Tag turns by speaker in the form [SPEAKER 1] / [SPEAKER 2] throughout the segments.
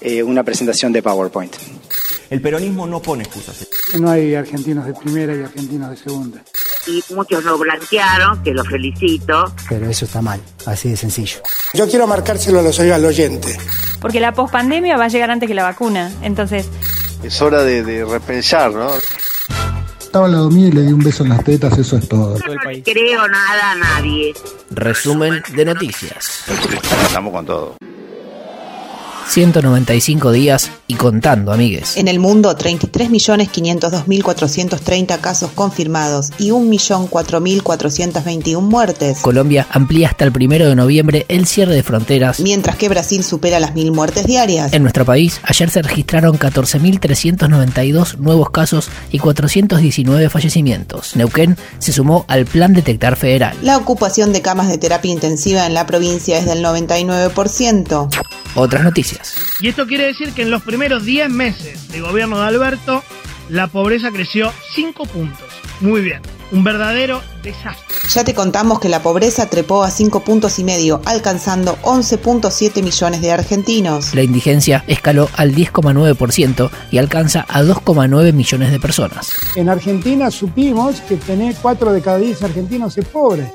[SPEAKER 1] eh, una presentación de PowerPoint.
[SPEAKER 2] El peronismo no pone excusas.
[SPEAKER 3] No hay argentinos de primera y argentinos de segunda.
[SPEAKER 4] Y muchos lo blanquearon, que lo felicito.
[SPEAKER 5] Pero eso está mal, así de sencillo.
[SPEAKER 6] Yo quiero marcárselo a los al oyente.
[SPEAKER 7] Porque la pospandemia va a llegar antes que la vacuna, entonces...
[SPEAKER 8] Es hora de, de repensar, ¿no?
[SPEAKER 9] Estaba al lado mío y le di un beso en las tetas, eso es todo.
[SPEAKER 4] Yo no le creo nada a nadie.
[SPEAKER 10] Resumen de noticias.
[SPEAKER 8] Estamos con todo.
[SPEAKER 10] 195 días y contando, amigues.
[SPEAKER 11] En el mundo, 33.502.430 casos confirmados y 1.004.421 muertes.
[SPEAKER 10] Colombia amplía hasta el primero de noviembre el cierre de fronteras.
[SPEAKER 11] Mientras que Brasil supera las 1.000 muertes diarias.
[SPEAKER 10] En nuestro país, ayer se registraron 14.392 nuevos casos y 419 fallecimientos. Neuquén se sumó al plan Detectar Federal.
[SPEAKER 11] La ocupación de camas de terapia intensiva en la provincia es del 99%.
[SPEAKER 10] Otras noticias.
[SPEAKER 12] Y esto quiere decir que en los primeros 10 meses de gobierno de Alberto, la pobreza creció 5 puntos. Muy bien. Un verdadero desastre.
[SPEAKER 11] Ya te contamos que la pobreza trepó a 5 puntos y medio, alcanzando 11.7 millones de argentinos.
[SPEAKER 10] La indigencia escaló al 10,9% y alcanza a 2,9 millones de personas.
[SPEAKER 3] En Argentina supimos que tener 4 de cada 10 argentinos es pobre.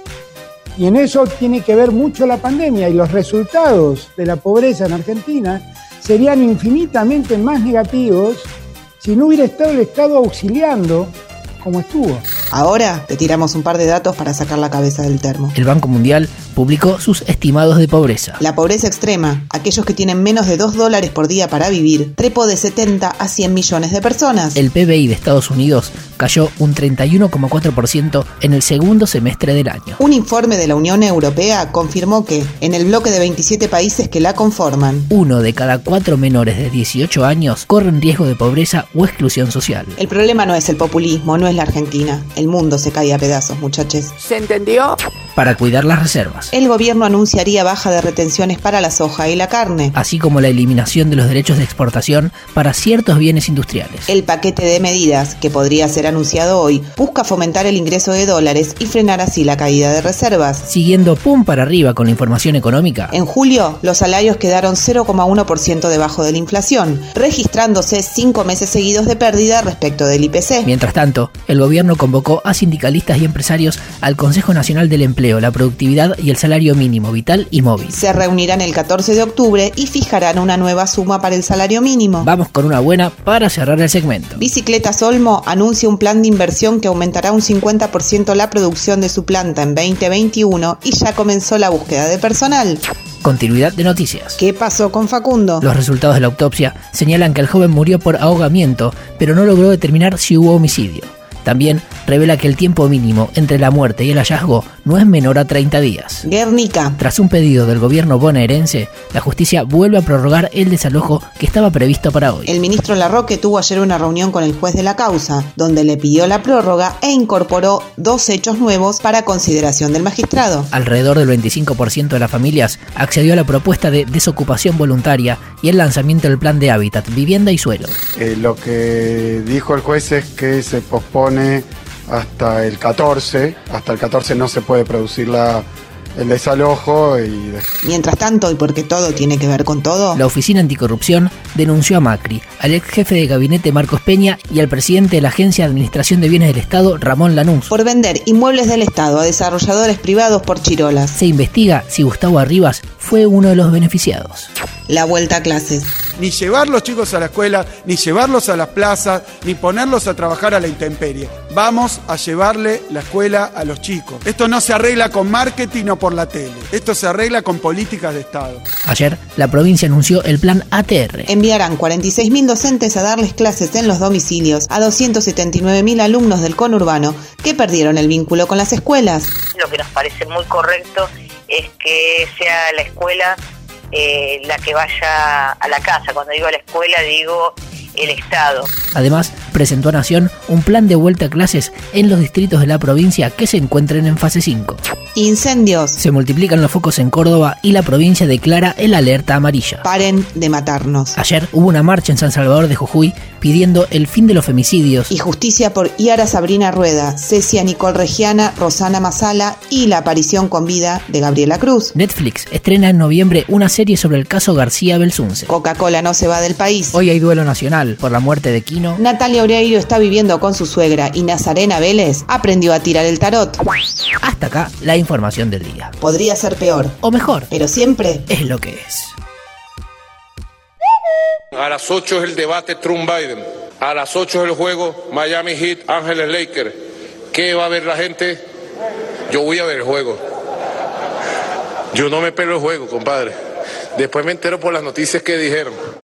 [SPEAKER 3] Y en eso tiene que ver mucho la pandemia y los resultados de la pobreza en Argentina serían infinitamente más negativos si no hubiera estado el Estado auxiliando como estuvo.
[SPEAKER 11] Ahora te tiramos un par de datos para sacar la cabeza del termo.
[SPEAKER 10] El Banco Mundial publicó sus estimados de pobreza.
[SPEAKER 11] La pobreza extrema, aquellos que tienen menos de 2 dólares por día para vivir, trepó de 70 a 100 millones de personas.
[SPEAKER 10] El PBI de Estados Unidos cayó un 31,4% en el segundo semestre del año.
[SPEAKER 11] Un informe de la Unión Europea confirmó que, en el bloque de 27 países que la conforman,
[SPEAKER 10] uno de cada cuatro menores de 18 años corren riesgo de pobreza o exclusión social.
[SPEAKER 11] El problema no es el populismo, no es la Argentina. El mundo se cae a pedazos, muchachos.
[SPEAKER 4] ¿Se entendió?
[SPEAKER 10] Para cuidar las reservas.
[SPEAKER 11] El gobierno anunciaría baja de retenciones para la soja y la carne.
[SPEAKER 10] Así como la eliminación de los derechos de exportación para ciertos bienes industriales.
[SPEAKER 11] El paquete de medidas, que podría ser anunciado hoy, busca fomentar el ingreso de dólares y frenar así la caída de reservas.
[SPEAKER 10] Siguiendo pum para arriba con la información económica.
[SPEAKER 11] En julio, los salarios quedaron 0,1% debajo de la inflación, registrándose cinco meses seguidos de pérdida respecto del IPC.
[SPEAKER 10] Mientras tanto, el gobierno convocó a sindicalistas y empresarios al Consejo Nacional del Empleo, la Productividad y el Salario Mínimo Vital y Móvil.
[SPEAKER 11] Se reunirán el 14 de octubre y fijarán una nueva suma para el salario mínimo.
[SPEAKER 10] Vamos con una buena para cerrar el segmento.
[SPEAKER 11] Bicicletas Olmo anuncia un plan de inversión que aumentará un 50% la producción de su planta en 2021 y ya comenzó la búsqueda de personal.
[SPEAKER 10] Continuidad de noticias.
[SPEAKER 11] ¿Qué pasó con Facundo?
[SPEAKER 10] Los resultados de la autopsia señalan que el joven murió por ahogamiento, pero no logró determinar si hubo homicidio. También revela que el tiempo mínimo entre la muerte y el hallazgo no es menor a 30 días.
[SPEAKER 11] Guernica.
[SPEAKER 10] Tras un pedido del gobierno bonaerense, la justicia vuelve a prorrogar el desalojo que estaba previsto para hoy.
[SPEAKER 11] El ministro Larroque tuvo ayer una reunión con el juez de la causa, donde le pidió la prórroga e incorporó dos hechos nuevos para consideración del magistrado.
[SPEAKER 10] Alrededor del 25% de las familias accedió a la propuesta de desocupación voluntaria y el lanzamiento del plan de hábitat, vivienda y suelo.
[SPEAKER 13] Eh, lo que dijo el juez es que se pospone hasta el 14. Hasta el 14 no se puede producir la, el desalojo. Y...
[SPEAKER 11] Mientras tanto, y porque todo tiene que ver con todo,
[SPEAKER 10] la Oficina Anticorrupción denunció a Macri, al ex jefe de gabinete Marcos Peña y al presidente de la Agencia de Administración de Bienes del Estado, Ramón Lanús,
[SPEAKER 11] por vender inmuebles del Estado a desarrolladores privados por chirolas.
[SPEAKER 10] Se investiga si Gustavo Arribas fue uno de los beneficiados.
[SPEAKER 11] La vuelta a clases.
[SPEAKER 14] Ni llevar los chicos a la escuela, ni llevarlos a las plazas, ni ponerlos a trabajar a la intemperie. Vamos a llevarle la escuela a los chicos. Esto no se arregla con marketing o por la tele. Esto se arregla con políticas de Estado.
[SPEAKER 10] Ayer, la provincia anunció el plan ATR.
[SPEAKER 11] Enviarán 46.000 docentes a darles clases en los domicilios a 279.000 alumnos del conurbano que perdieron el vínculo con las escuelas.
[SPEAKER 4] Lo que nos parece muy correcto es que sea la escuela eh, la que vaya a la casa. Cuando digo a la escuela, digo el Estado.
[SPEAKER 10] Además, presentó a Nación un plan de vuelta a clases en los distritos de la provincia que se encuentren en fase 5.
[SPEAKER 11] Incendios.
[SPEAKER 10] Se multiplican los focos en Córdoba y la provincia declara el alerta amarilla.
[SPEAKER 11] Paren de matarnos.
[SPEAKER 10] Ayer hubo una marcha en San Salvador de Jujuy pidiendo el fin de los femicidios.
[SPEAKER 11] Y justicia por Iara Sabrina Rueda, Cecia Nicole Regiana, Rosana Masala y la aparición con vida de Gabriela Cruz.
[SPEAKER 10] Netflix estrena en noviembre una serie sobre el caso García Belsunce.
[SPEAKER 11] Coca-Cola no se va del país.
[SPEAKER 10] Hoy hay duelo nacional por la muerte de Quino.
[SPEAKER 11] Natalia Oreiro está viviendo con su suegra y Nazarena Vélez aprendió a tirar el tarot.
[SPEAKER 10] Hasta acá la información del día.
[SPEAKER 11] Podría ser peor.
[SPEAKER 10] O mejor.
[SPEAKER 11] Pero siempre
[SPEAKER 10] es lo que es.
[SPEAKER 15] A las 8 es el debate Trump-Biden. A las 8 es el juego Miami Heat, Ángeles Lakers. ¿Qué va a ver la gente? Yo voy a ver el juego. Yo no me pelo el juego, compadre. Después me entero por las noticias que dijeron.